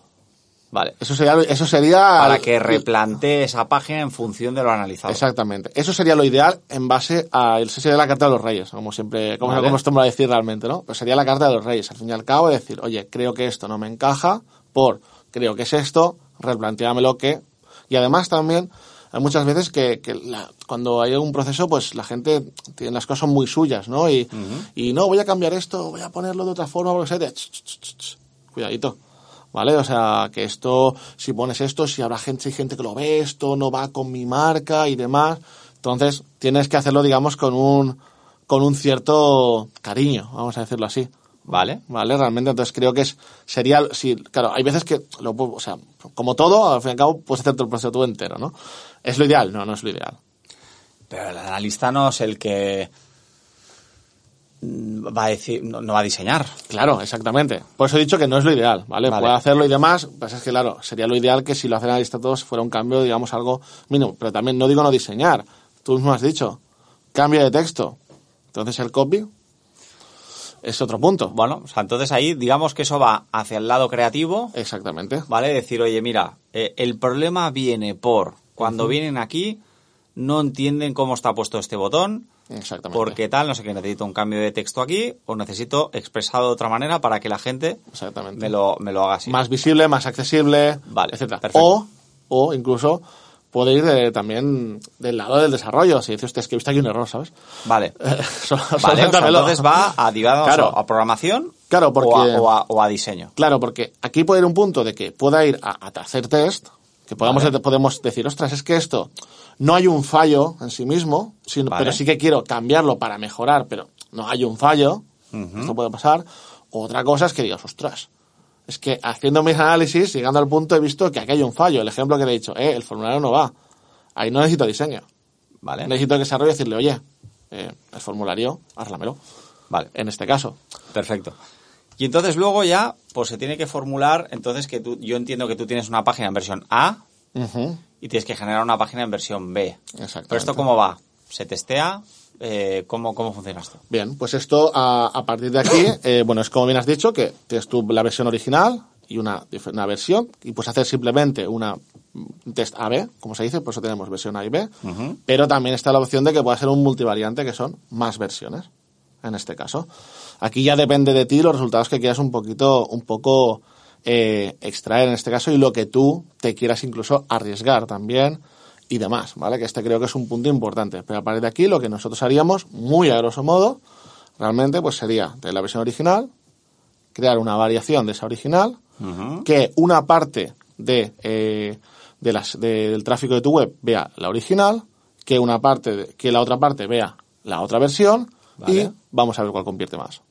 vale. Eso sería, eso sería Para que replantee esa página en función de lo analizado. Exactamente. Eso sería lo ideal en base a el sería la carta de los reyes, como siempre, como Vale. se acostumbra a decir realmente, ¿no? Pero sería la carta de los reyes, al fin y al cabo, es decir, oye, creo que esto no me encaja, por creo que es esto, replanteámelo que. Y además también hay muchas veces que, que la- cuando hay un proceso, pues la gente tiene las cosas son muy suyas, ¿no? Y, y no, voy a cambiar esto, voy a ponerlo de otra forma, porque Cuidadito. ¿Vale? O sea, que esto, si pones esto, si habrá gente, hay gente que lo ve, esto no va con mi marca y demás. Entonces, tienes que hacerlo, digamos, con un, con un cierto cariño, vamos a decirlo así. Vale. ¿Vale? Realmente, entonces creo que es, sería, sí, claro, hay veces que, lo, pu- o sea, como todo, al fin y al cabo, puedes hacerte el proceso tú entero, ¿no? ¿Es lo ideal? No, no es lo ideal. Pero el analista no es el que mm, va a decir, no- no va a diseñar. Claro, exactamente. Por eso he dicho que no es lo ideal, ¿vale? Vale. Puede hacerlo y demás, pues es que claro, sería lo ideal que si lo hacen analista todos fuera un cambio, digamos, algo mínimo. Pero también no digo no diseñar, tú mismo has dicho, cambio de texto. Entonces el copy es otro punto. Bueno, o sea, entonces ahí digamos que eso va hacia el lado creativo, Exactamente. ¿vale? Decir, oye, mira, eh, el problema viene por cuando vienen aquí no entienden cómo está puesto este botón, Exactamente. porque tal, no sé qué, necesito un cambio de texto aquí o necesito expresado de otra manera para que la gente Exactamente. me lo, me lo haga así. Más visible, más accesible, Vale, etcétera. perfecto. O, o incluso puede ir de- también del lado del desarrollo. Si dice usted, es que he visto aquí un error, ¿sabes? Vale. Solo- Vale, o sea, solucionamelo. entonces va a, digamos, Claro. a programación Claro, porque- o, a, o a- o a diseño. Claro, porque aquí puede ir un punto de que pueda ir a, a hacer test, que podamos, podemos decir, ostras, es que esto no hay un fallo en sí mismo, sino, Vale. pero sí que quiero cambiarlo para mejorar, pero no hay un fallo, esto puede pasar. Otra cosa es que digas, ostras, es que haciendo mis análisis, llegando al punto, he visto que aquí hay un fallo. El ejemplo que te he dicho, eh, el formulario no va. Ahí no necesito diseño. Vale. Necesito que desarrolle y decirle, oye, eh, el formulario, házlamelo. Vale. En este caso. Perfecto. Y entonces luego ya, pues se tiene que formular, entonces que tú, yo entiendo que tú tienes una página en versión A Ujú. y tienes que generar una página en versión B. Exactamente. Pero esto cómo va? ¿Se testea? Eh, ¿cómo, ¿Cómo funciona esto? Bien, pues esto a, a partir de aquí, eh, bueno, es como bien has dicho, que tienes tú la versión original y una, dif- una versión, y pues hacer simplemente una mm, test A-B, como se dice, por eso tenemos versión A y B, pero también está la opción de que pueda ser un multivariante, que son más versiones, en este caso. Aquí ya depende de ti los resultados que quieras un poquito, un poco eh, extraer en este caso y lo que tú te quieras incluso arriesgar también y demás, ¿vale? Que este creo que es un punto importante. Pero a partir de aquí, lo que nosotros haríamos, muy a grosso modo, realmente, pues sería de la versión original, crear una variación de esa original, que una parte de, eh, de las- de- del tráfico de tu web vea la original, que una parte, de- que la otra parte vea la otra versión, y Vale. vamos a ver cuál convierte más.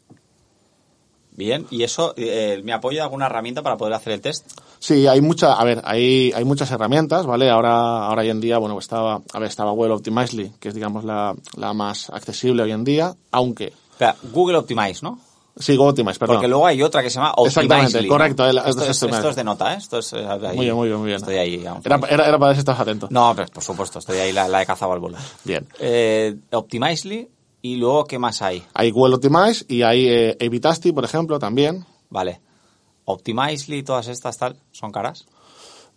Bien, y eso, eh, ¿me apoyo de alguna herramienta para poder hacer el test? Sí, hay mucha, a ver, hay, hay muchas herramientas, ¿vale? Ahora, ahora hoy en día, bueno, estaba, a ver, estaba Well Optimizely, que es digamos la, la más accesible hoy en día, aunque Espera, Google Optimize, ¿no? sí, Go Optimize, perdón. Porque luego hay otra que se llama Exactamente, Optimizely. ¿no? correcto, el- Esto, es- es, Optimize. esto es de nota, ¿eh? Esto es, eh, ahí- muy bien, muy bien, muy bien. Estoy ahí. aún. Era, era, era para ver si estabas atento. No, pues, por supuesto, estoy ahí la, la de cazabalbola. Bien. Eh, Optimizely y luego, ¿qué más hay? Hay Well Optimize y hay eh, Evitasti, por ejemplo, también. Vale. Optimizely, todas estas tal, son caras.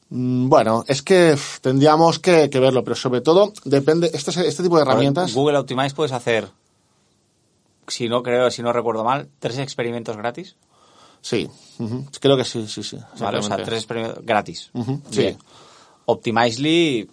Mm, Bueno, es que pff, tendríamos que, que verlo, pero sobre todo depende, este, este tipo de herramientas, Google Optimize puedes hacer, si no creo, si no recuerdo mal, tres experimentos gratis. sí, ujú, creo que sí, sí, sí. Vale, o sea, exactamente. tres experimentos gratis. Ujú, sí. Bien. Optimizely,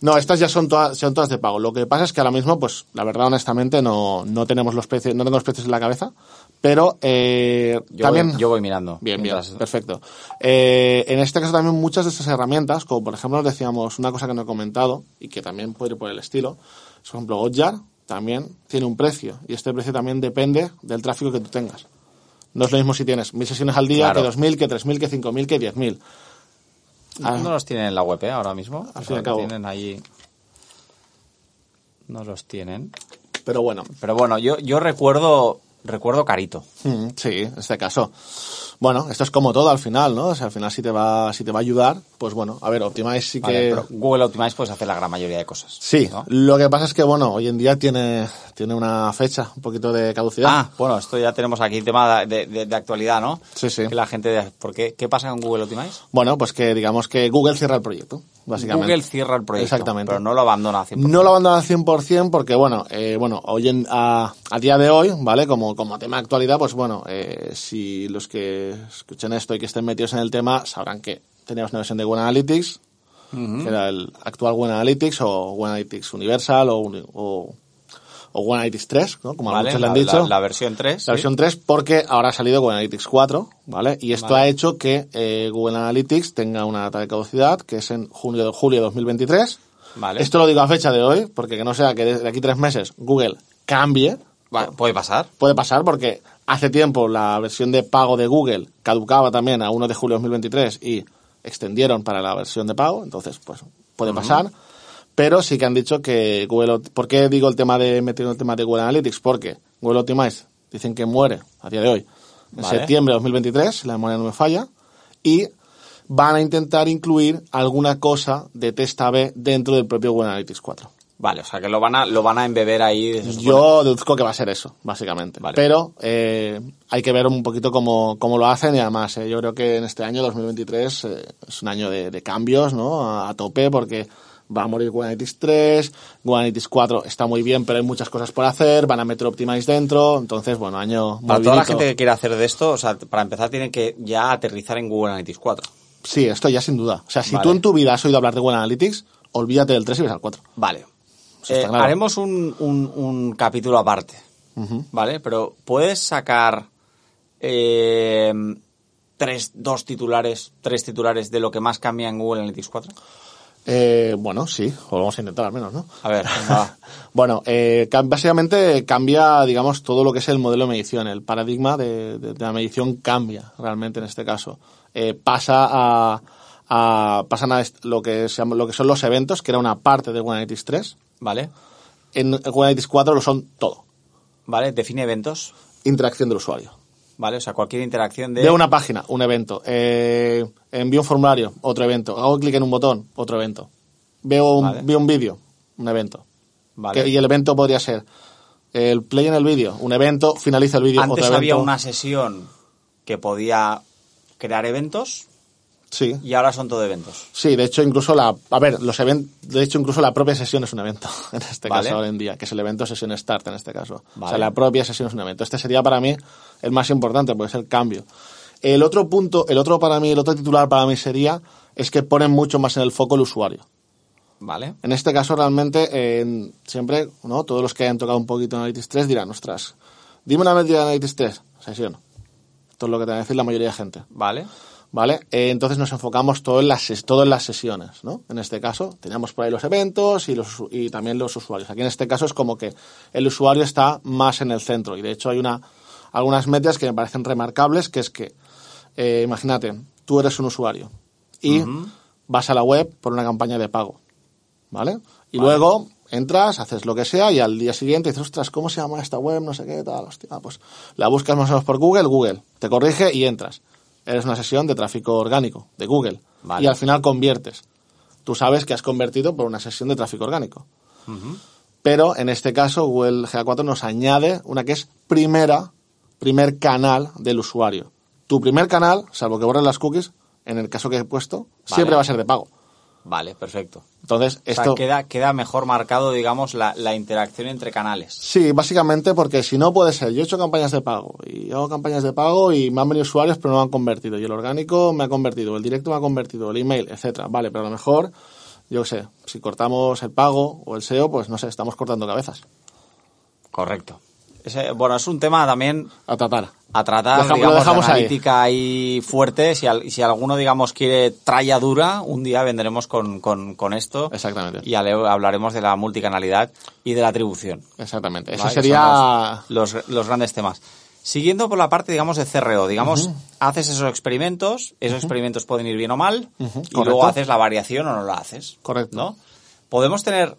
No, estas ya son todas, son todas de pago. Lo que pasa es que ahora mismo, pues, la verdad, honestamente, no, no tenemos los precios, no tengo los precios en la cabeza, pero eh, yo, también. voy, yo voy mirando. Bien, mientras- bien, perfecto. Eh, en este caso también muchas de estas herramientas, como por ejemplo decíamos una cosa que no he comentado y que también puede ir por el estilo, es, por ejemplo Hotjar también tiene un precio y este precio también depende del tráfico que tú tengas. No es lo mismo si tienes mil sesiones al día Claro. que 2.000, que 3.000, que 5.000, que 10.000. Ah. No los tienen en la web, ¿eh? Ahora mismo. O Al fin y sea, al que cabo. tienen ahí. No los tienen. Pero bueno, Pero bueno, yo, yo recuerdo, recuerdo carito. Mm, Sí, en este caso. Bueno, esto es como todo al final, ¿no? O sea, al final si te va, si te va a ayudar, pues bueno, a ver, Optimize sí que... Vale, pero Google Optimize puedes hacer la gran mayoría de cosas. Sí, ¿no? lo que pasa es que, bueno, hoy en día tiene, tiene una fecha, un poquito de caducidad. Ah, bueno, esto ya tenemos aquí tema de, de- de actualidad, ¿no? Sí, sí. Que la gente... de- ¿por qué? ¿Qué pasa con Google Optimize? Bueno, pues que digamos que Google cierra el proyecto, básicamente. Google cierra el proyecto, Exactamente. pero no lo abandona 100%. No lo abandona al 100% porque, bueno, eh, bueno hoy en- a, a día de hoy, ¿vale? Como, como tema de actualidad, pues bueno, eh, si los que escuchen esto y que estén metidos en el tema sabrán que teníamos una versión de Google Analytics, que era el actual Google Analytics o Google Analytics Universal o, uni- o, o Google Analytics 3, ¿no? Como Vale, muchos le han la- dicho. La, la versión 3. La versión 3 porque ahora ha salido Google Analytics 4, ¿vale? Y esto ha hecho que eh, Google Analytics tenga una data de caducidad que es en junio de julio de 2023. Vale. Esto lo digo a fecha de hoy porque que no sea que de aquí tres meses Google cambie. Puede pasar. Puede pasar porque hace tiempo la versión de pago de Google caducaba también a 1 de julio de 2023 y extendieron para la versión de pago, entonces pues puede pasar. Pero sí que han dicho que Google... Opt- ¿Por qué digo el tema de metiendo el tema de Google Analytics? Porque Google Optimize dicen que muere a día de hoy en Vale. septiembre de 2023, si la memoria no me falla, y van a intentar incluir alguna cosa de test A-B dentro del propio Google Analytics 4. Vale, o sea que lo van a, lo van a embeber ahí. se supone. Yo deduzco que va a ser eso, básicamente. Vale. Pero eh, hay que ver un poquito cómo, cómo lo hacen y además eh, yo creo que en este año 2023 eh, es un año de, de cambios, ¿no? A, a tope porque va a morir Kubernetes 3, Kubernetes 4 está muy bien, pero hay muchas cosas por hacer, van a meter Optimize dentro, entonces, bueno, año... Para toda la movidito. gente que quiera hacer de esto, o sea, para empezar tienen que ya aterrizar en Google Analytics 4. Sí, esto ya sin duda. O sea, si Vale. tú en tu vida has oído hablar de Google Analytics, olvídate del 3 y ves al 4. Vale. Eso está Eh, claro. Haremos un, un- un capítulo aparte, ¿vale? Pero puedes sacar eh, tres, dos titulares, tres titulares de lo que más cambia en Google Analytics 4. Eh, bueno, sí, o vamos a intentar al menos, ¿no? A ver, venga, va. Bueno, eh, cam- básicamente cambia, digamos, todo lo que es el modelo de medición. El paradigma de, de- de la medición cambia realmente en este caso. Eh, pasa a, a- pasan a est- lo que, se llama- lo que son los eventos, que era una parte de Google Analytics 3. ¿vale? En Google Analytics 4 lo son todo. ¿Vale? Define eventos, Interacción del usuario. ¿vale? O sea, cualquier interacción de... De una página, un evento. Eh, envío un formulario, otro evento. Hago clic en un botón, otro evento. Veo un, Vale. veo un vídeo, un evento. ¿vale? Que- y el evento podría ser el play en el vídeo, un evento, finaliza el vídeo, Antes otro había evento. una sesión que podía crear eventos Sí. y ahora son todo eventos. Sí, de hecho incluso la, a ver, los event- de hecho incluso la propia sesión es un evento en este Vale. caso hoy en día, que es el evento sesión start en este caso. O sea, Vale. la propia sesión es un evento. Este sería para mí el más importante, porque es el cambio. El otro punto, el otro para mí, el otro titular para mí sería es que ponen mucho más en el foco el usuario. ¿Vale? En este caso, realmente, eh, siempre, ¿no? Todos los que hayan tocado un poquito en Analytics 3 dirán, ostras, dime una medida de Analytics 3, sesión. Esto es lo que te va a decir la mayoría de gente, ¿Vale? ¿vale? Eh, entonces nos enfocamos todo en, las, ses- todo en las sesiones, ¿no? En este caso, teníamos por ahí los eventos y, los, usu- y también los usuarios. Aquí en este caso es como que el usuario está más en el centro y de hecho hay una, algunas medias que me parecen remarcables, que es que, eh, imagínate, tú eres un usuario y vas a la web por una campaña de pago. ¿vale? Y luego entras, haces lo que sea y al día siguiente dices, ostras, ¿cómo se llama esta web? No sé qué, tal, hostia. Ah, Pues la buscas más o menos por Google, Google te corrige y entras. Eres una sesión de tráfico orgánico de Google. Vale. Y al final conviertes. Tú sabes que has convertido por una sesión de tráfico orgánico. Pero en este caso, Google GA4 nos añade una que es primera, primer canal del usuario. Tu primer canal, salvo que borres las cookies, en el caso que he puesto, siempre va a ser de pago. Vale, perfecto. Entonces, O sea, esto. queda, queda mejor marcado, digamos, la, la interacción entre canales. Sí, básicamente porque si no puede ser, yo he hecho campañas de pago y hago campañas de pago y me han venido usuarios pero no me han convertido y el orgánico me ha convertido, el directo me ha convertido, el email, etcétera. Vale, pero a lo mejor, yo qué sé, si cortamos el pago o el SEO, pues no sé, estamos cortando cabezas Correcto. Ese- bueno, es un tema también a tratar. a tratar, Dejamos- lo digamos, dejamos de ahí. analítica ahí fuerte. Si, al- si alguno, digamos, quiere tralla dura, un día vendremos con, con- con esto. Exactamente. Y ale- hablaremos de la multicanalidad y de la atribución. Exactamente. Ese ¿vale? Que sería son Los, los- los grandes temas. Siguiendo por la parte, digamos, de CRO, digamos, haces esos experimentos, esos experimentos pueden ir bien o mal, y luego correcto. haces la variación o no la haces. Correcto. ¿no? Podemos tener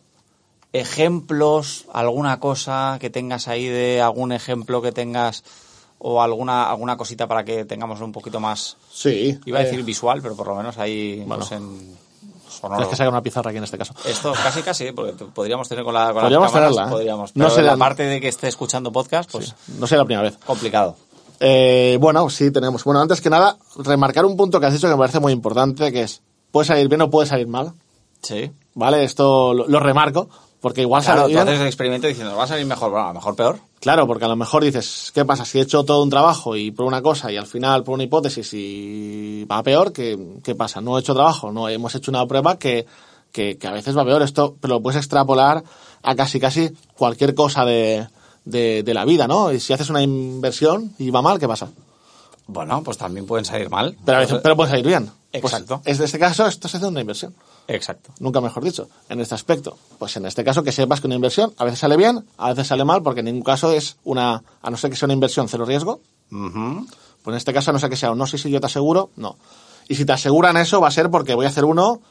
ejemplos, alguna cosa que tengas ahí de algún ejemplo que tengas o alguna alguna cosita para que tengamos un poquito más sí. iba a eh, decir visual, pero por lo menos ahí bueno. pues, en tienes sonoro. que sacar una pizarra aquí en este caso. Esto casi casi, porque te- podríamos tener con la con las Podríamos cámaras, tenerla, ¿eh? podríamos, No pero será- la parte de que esté escuchando podcast, pues No sé la primera vez. complicado. Eh, bueno, sí, tenemos. Bueno, antes que nada, remarcar un punto que has dicho que me parece muy importante, que es, puede salir bien o puede salir mal. Sí. ¿vale? Esto lo, lo remarco, porque igual Claro, sale tú bien. haces el experimento diciendo, va a salir mejor, bueno, a lo mejor peor. Claro, porque a lo mejor dices, ¿qué pasa si he hecho todo un trabajo y por una cosa y al final por una hipótesis y va peor? ¿Qué, qué pasa? No he hecho trabajo, no hemos hecho una prueba que, que, que a veces va peor. Esto pero lo puedes extrapolar a casi casi cualquier cosa de, de, de la vida, ¿no? Y si haces una inversión y va mal, ¿qué pasa? Bueno, pues también pueden salir mal. Pero, a veces, pero puede salir bien. Pues, Exacto. en este caso, esto se hace una inversión. Exacto. nunca mejor dicho, en este aspecto. Pues en este caso que sepas que una inversión a veces sale bien, a veces sale mal, porque en ningún caso es una, a no ser que sea una inversión cero riesgo, Ujú. pues en este caso a no ser que sea un no sé si yo te aseguro, no. Y si te aseguran eso va a ser porque voy a hacer uno,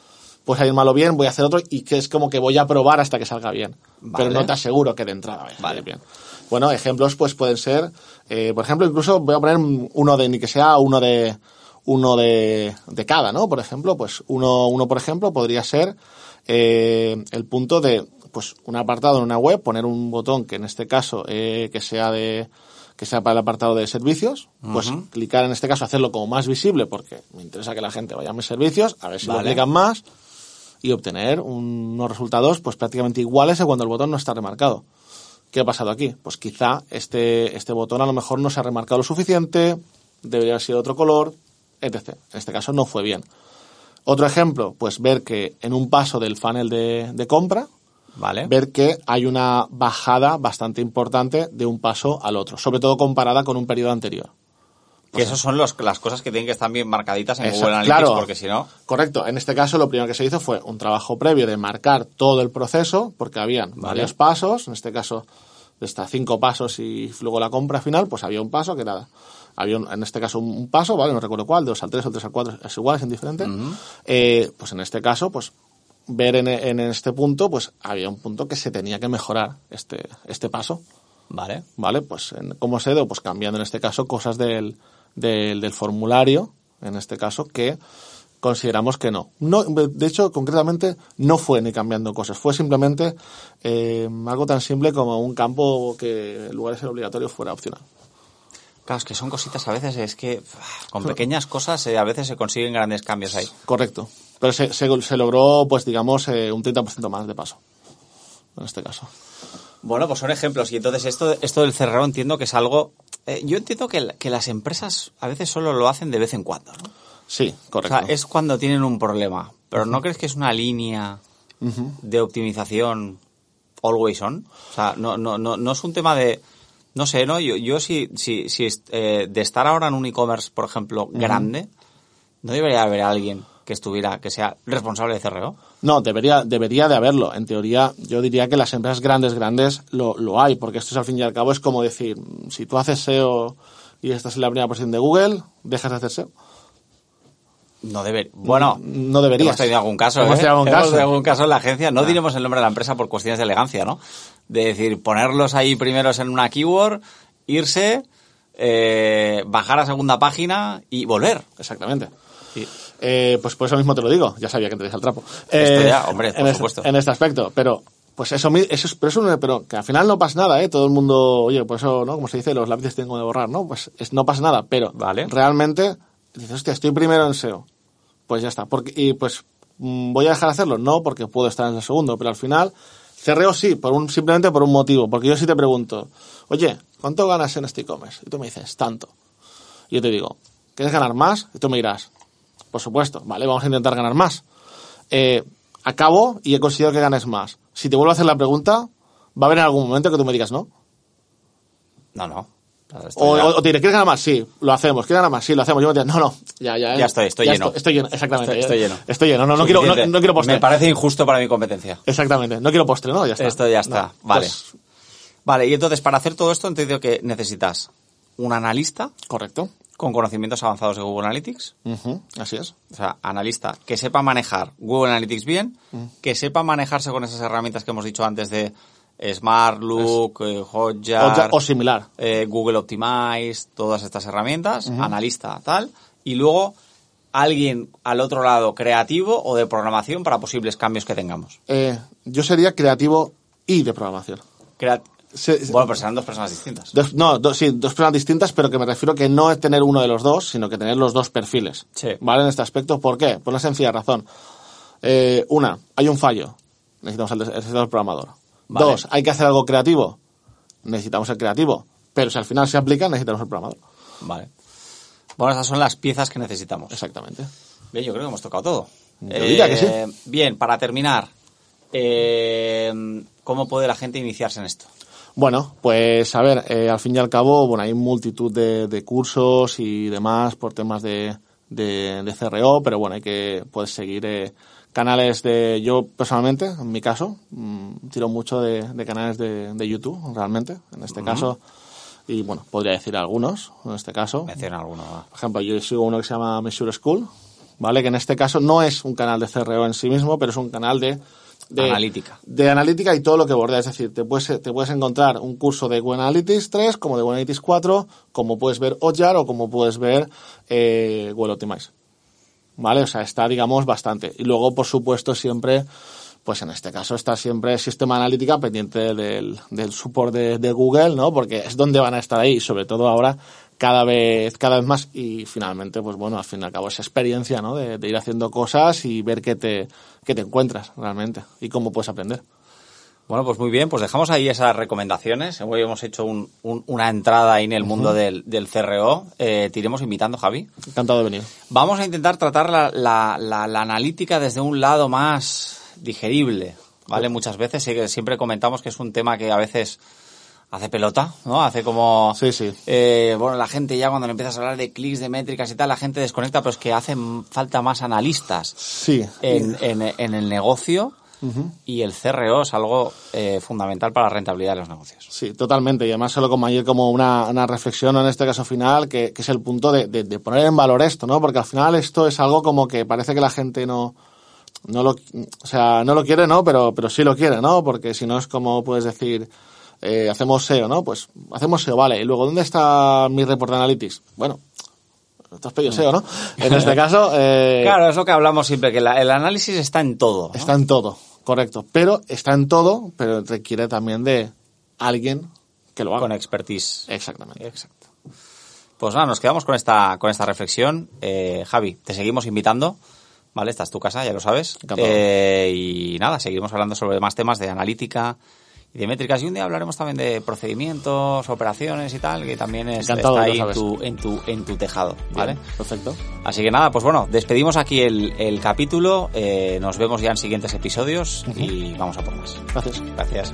pues salir malo bien, voy a hacer otro y que es como que voy a probar hasta que salga bien. Vale. Pero no te aseguro que de entrada vaya a salir Vale. bien. Bueno, ejemplos pues pueden ser, eh, por ejemplo, incluso voy a poner uno de, ni que sea uno de, uno de, de cada, ¿no? Por ejemplo, pues uno, uno por ejemplo podría ser eh, el punto de, pues un apartado en una web, poner un botón que en este caso eh, que sea de, que sea para el apartado de servicios, pues clicar en este caso, hacerlo como más visible porque me interesa que la gente vaya a mis servicios, a ver si lo Vale. clican más y obtener unos resultados pues prácticamente iguales a cuando el botón no está remarcado. ¿Qué ha pasado aquí? Pues quizá este, este botón a lo mejor no se ha remarcado lo suficiente, debería haber sido de otro color, etc. En este caso no fue bien. Otro ejemplo, pues ver que en un paso del funnel de, de compra, Vale. ver que hay una bajada bastante importante de un paso al otro, sobre todo comparada con un periodo anterior. que esas son los- las cosas que tienen que estar bien marcaditas en Exacto, Google Analytics, claro. porque si no, Correcto. En este caso, lo primero que se hizo fue un trabajo previo de marcar todo el proceso, porque habían varios pasos. En este caso, de estas cinco pasos y luego la compra final, pues había un paso que era. Había un- en este caso un un paso, ¿vale? No recuerdo cuál, de dos al tres o tres al cuatro, es igual, es indiferente. Eh, pues en este caso, pues ver en, en este punto, pues había un punto que se tenía que mejorar este, este paso. vale. ¿vale? Pues en- cómo se dio, pues cambiando en este caso cosas del, del, del formulario, en este caso, que consideramos que no. no. De hecho, concretamente, no fue ni cambiando cosas, fue simplemente eh, algo tan simple como un campo que en lugar de ser obligatorio fuera opcional. Claro, es que son cositas a veces, es que uff, con pequeñas cosas eh, a veces se consiguen grandes cambios ahí. Correcto. Pero se, se, se logró, pues digamos, eh, un 30% más de paso, en este caso. Bueno, pues son ejemplos. Y entonces esto, esto del cerrado entiendo que es algo... eh, yo entiendo que, la- que las empresas a veces solo lo hacen de vez en cuando, ¿no? Sí, O correcto. sea, es cuando tienen un problema. Pero ¿no crees que es una línea de optimización always on? O sea, no, no, no, no es un tema de... No sé, ¿no? Yo, yo si, si, si est- eh, de estar ahora en un e-commerce, por ejemplo, grande, ¿no debería haber alguien que estuviera, que sea responsable de CRO? No, debería, debería de haberlo. En teoría, yo diría que las empresas grandes, grandes lo, lo hay, porque esto es al fin y al cabo es como decir, si tú haces SEO y estás en la primera posición de Google, dejas de hacer E SEO. No debería. Bueno, no deberías. Hemos tenido algún caso. Hemos ¿eh? tenido algún Hemos caso. Ah. tenido algún caso en la agencia. No diremos el nombre de la empresa por cuestiones de elegancia, ¿no? De decir, ponerlos ahí primeros en una keyword, irse, eh, bajar a segunda página y volver. Exactamente. Y- Eh, pues por eso mismo te lo digo, ya sabía que entrarías al trapo. Eh, ya, hombre, por en este- supuesto. en este aspecto, pero pues eso, mi- eso es, pero, eso no- pero que al final no pasa nada, ¿eh? Todo el mundo, oye, por eso, ¿no? Como se dice, los lápices tengo de borrar, ¿no? Pues es- no pasa nada, pero Vale. realmente dices, hostia, estoy primero en SEO. Pues ya está. Porque, y pues, mm, ¿voy a dejar de hacerlo? No, porque puedo estar en el segundo, pero al final, cerreo sí, por un, simplemente por un motivo, porque yo sí te pregunto, oye, ¿cuánto ganas en este e-commerce? Y tú me dices, tanto. Y yo te digo, ¿quieres ganar más? Y tú me dirás, por supuesto, vale, vamos a intentar ganar más. Eh, acabo y he conseguido que ganes más. Si te vuelvo a hacer la pregunta, va a haber en algún momento que tú me digas no. No, no. Claro, esto O, ya- o- o te diré, ¿quieres ganar más? Sí, lo hacemos. ¿Quieres ganar más? Sí, lo hacemos. Yo me diré, no, no, ya, ya. ¿eh? Ya estoy, estoy lleno. Estoy, lleno, exactamente. ¿eh? Estoy- estoy lleno. Estoy lleno, no, no, quiero, no, Suficiente. no quiero postre. Me parece injusto para mi competencia. Exactamente, no quiero postre, ¿no? Ya está. Esto ya está. No, vale. pues, Vale, y entonces para hacer todo esto he entendido que necesitas un analista correcto. con conocimientos avanzados de Google Analytics. Ujú, Así es. o sea, analista, que sepa manejar Google Analytics bien, Mm. que sepa manejarse con esas herramientas que hemos dicho antes de eh, Smart Look, eh, Hotjar, Hotjar o similar. eh, Google Optimize, todas estas herramientas, analista, tal, y luego alguien al otro lado creativo o de programación para posibles cambios que tengamos. Eh, yo sería creativo y de programación. Creat- Se- se- bueno, pero serán dos personas distintas. Dos- no, dos, sí, dos personas distintas, pero que me refiero que no es tener uno de los dos, sino que tener los dos perfiles. Sí. ¿Vale? En este aspecto, ¿por qué? Por una sencilla razón. Eh, una, hay un fallo. Necesitamos al, necesitamos al programador. Vale. Dos, hay que hacer algo creativo. Necesitamos el creativo. Pero si al final se aplica, necesitamos el programador. Vale. Bueno, esas son las piezas que necesitamos. Exactamente. Bien, yo creo que hemos tocado todo. Eh, Yo diría que sí. Bien, para terminar, eh, ¿cómo puede la gente iniciarse en esto? Bueno, pues a ver, eh, al fin y al cabo, bueno, hay multitud de, de cursos y demás por temas de, de, de CRO, pero bueno, hay que puedes seguir eh, canales de, yo personalmente, en mi caso, mm, tiro mucho de, de canales de, de YouTube, realmente, en este caso, y bueno, podría decir algunos, en este caso. Menciona alguno. va. Por ejemplo, yo sigo uno que se llama Measure School, ¿vale? Que en este caso no es un canal de CRO en sí mismo, pero es un canal de... de Analítica. De analítica y todo lo que bordea. Es decir, te puedes, te puedes encontrar un curso de Google Analytics 3, como de Google Analytics 4, como puedes ver Hotjar o como puedes ver eh, Google Optimize. ¿Vale? O sea, está, digamos, bastante. Y luego, por supuesto, siempre, pues en este caso está siempre el sistema analítica pendiente del, del support de, de Google, ¿no? Porque es donde van a estar ahí, y sobre todo ahora, cada vez, cada vez más. Y finalmente, pues bueno, al fin y al cabo, esa experiencia, ¿no? De, de ir haciendo cosas y ver qué te, qué te encuentras realmente y cómo puedes aprender. Bueno, pues muy bien, pues dejamos ahí esas recomendaciones. Hoy hemos hecho un- un- una entrada ahí en el mundo del, del CRO. Eh, te iremos invitando, Javi. Encantado de venir. Vamos a intentar tratar la, la- la- la analítica desde un lado más digerible, ¿vale? Muchas veces sí que siempre comentamos que es un tema que a veces hace pelota, ¿no? Hace como... Sí, sí. eh, bueno, la gente ya cuando le empiezas a hablar de clics, de métricas y tal, la gente desconecta, pero es que hacen falta más analistas Sí. en, en- en el negocio y el CRO es algo eh, fundamental para la rentabilidad de los negocios. Sí, totalmente. Y además solo como ayer como una, una reflexión en este caso final, que, que es el punto de, de- de poner en valor esto, ¿no? Porque al final esto es algo como que parece que la gente no, no lo, o sea, no lo quiere, ¿no? Pero, pero sí lo quiere, ¿no? Porque si no es como puedes decir, eh, hacemos SEO, ¿no? Pues hacemos SEO, vale. Y luego, ¿dónde está mi report analytics? Bueno, te has pedido SEO, ¿no? En este caso, eh, Claro, es lo que hablamos siempre, que la- el análisis está en todo. ¿no? Está en todo, correcto. Pero está en todo, pero requiere también de alguien que lo haga. con expertise. Exactamente. Exacto. Pues nada, nos quedamos con esta, con esta reflexión. Eh, Javi, te seguimos invitando. Vale, esta es tu casa, ya lo sabes. Encantado. Eh, y nada, seguiremos hablando sobre más temas de analítica y de métricas. Y un día hablaremos también de procedimientos, operaciones y tal, que también es, Encantado, está ya ahí en sabes. tu, en, tu, en tu tejado. ¿vale? Bien, Perfecto. Así que nada, pues bueno, despedimos aquí el, el capítulo. Eh, nos vemos ya en siguientes episodios y vamos a por más. Gracias. Gracias.